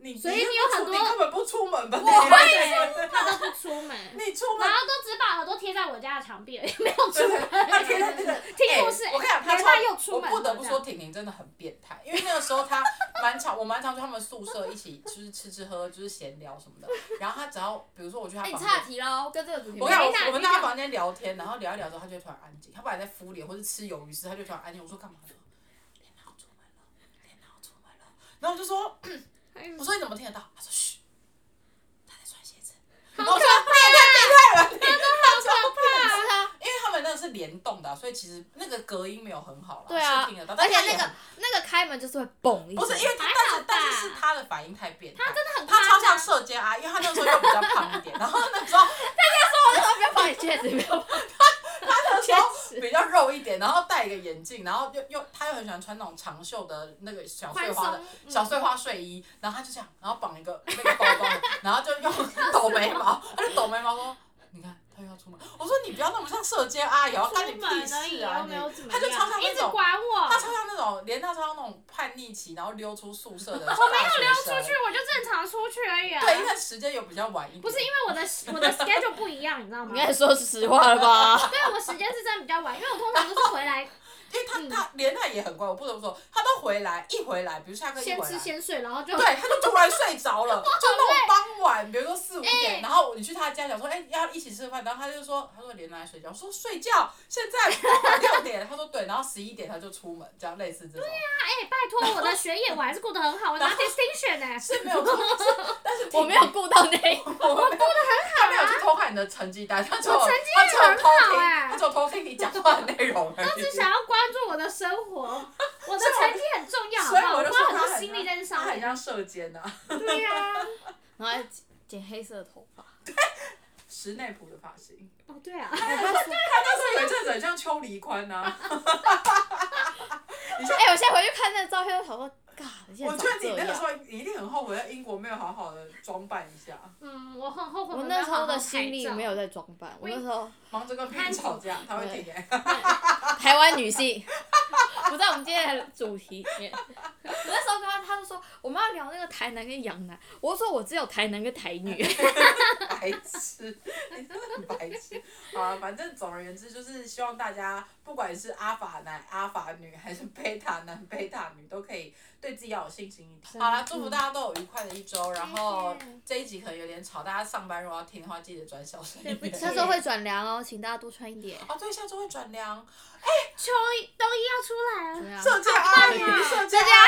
你所以你你有很不出多你根本不出门吧？我我也他都不 出门，你出门然后都只把耳朵贴在我家的墙壁而已，没有 出门。他天天真的，听故事哎我跟你讲，他哎超他又出门我不得不了说，婷婷真的很变态，因为那个时候他蛮常，我蛮常去他们宿舍一起，就是吃吃喝，就是闲聊什么的。然后他只要，比如说我去他哎，你房岔间。题喽，跟这个主题我没跟你关讲，我系。我们你在讲他房间聊天，然后聊一聊之后，他就会突然安静。他本来在敷脸或是吃鱿鱼丝，他就突然安静。我说干嘛呢？天哪，我出门了，天哪，我出门了。啊然后我就说， 我说你怎么听得到？他说嘘，他在穿鞋子。然后我说对对所以其实那个隔音没有很好啦，对啊是听得到，而且但是那也个很那个开门就是会嘣一声，不是因为他，还但好是但是吧是他的反应太变态，他真的很他超夸张像射箭啊，因为他那时候又比较胖一点，然后那时候 不要放你戒指，不要放那时候比较肉一点，然后戴一个眼镜，然后又又他又很喜欢穿那种长袖的那个小碎花的宽松嗯小碎花睡衣，然后他就这样，然后绑一个那个包包，然后就用抖眉毛，他就抖眉毛说：“你看他又要出门。”我说：“你不要那么像射箭阿姨，然后哦干你出屁门而已，事又啊没有怎你！”么他就超像一那直种。管我他。超像那种，连他超像那种叛逆期，然后溜出宿舍 的。我没有溜出去，。我就正常出去而已啊。对，因为时间有比较晚一点。不是因为我的我的 schedule 不一样，你知道吗你应？该说实话了 吧？对，我时间是真的比较晚，因为我通常都是回 来因为他他连他也很乖，我不得不说，他都回来一回来，比如下课一回先来吃，先睡，然后就 对，他就突然睡 着了，就那种傍晚，比如说四五点，然后你去他家想说，哎、要一起吃饭，然后他就说，他说连来睡觉，我说睡觉，现在傍晚六点，他说对， 然后十一点他就出门，这样类似这种，哎、拜托我的学业我还是过得很好，我拿然后 distinction 呢、是没有错，是但是挺我没有，顾到那一我们没有他没有去偷看你的成绩单，他只有我成他只有很偷好听，哎他只有偷听你讲话的内容而已是。想要关注我的生活，我的所以成我绩很重要，好不所以好？我我就花说很他多很心力在这像上他很面。像射箭呐、啊，对呀、然后还剪剪黑色的头发，室内普的发型。哦对啊， 他那时候有一阵子很像邱黎宽啊呐、哎、我现在回去看那个照片，我想说，嘎，你现我在觉长得这你那个时候样。一定很后悔，在英国没有好好的装扮一下，嗯，我很后悔我没那有时好候好的拍心力照没有在装扮，我那时候忙着跟别人吵架，他会听哎、 台湾女性，不在我们今天的主题里面。我那时候跟他，他就说我们要聊那个台南跟阳南，我就说我只有台南跟台 女。白痴，你真的很白痴。啊，反正总而言之，就是希望大家不管是阿法男、阿法女，还是贝塔男、贝塔女，都可以对自己要有信心一点。好啦，祝福大家都有愉快的一周。然后谢谢这一集可能有点吵，大家上班如果要听的话，记得转小声一对不点。起下周会转凉哦，请大家多穿一点。哦，对，下周会转凉。秋冬衣要出来啊怎么了，样？射箭阿姨，射箭阿姨。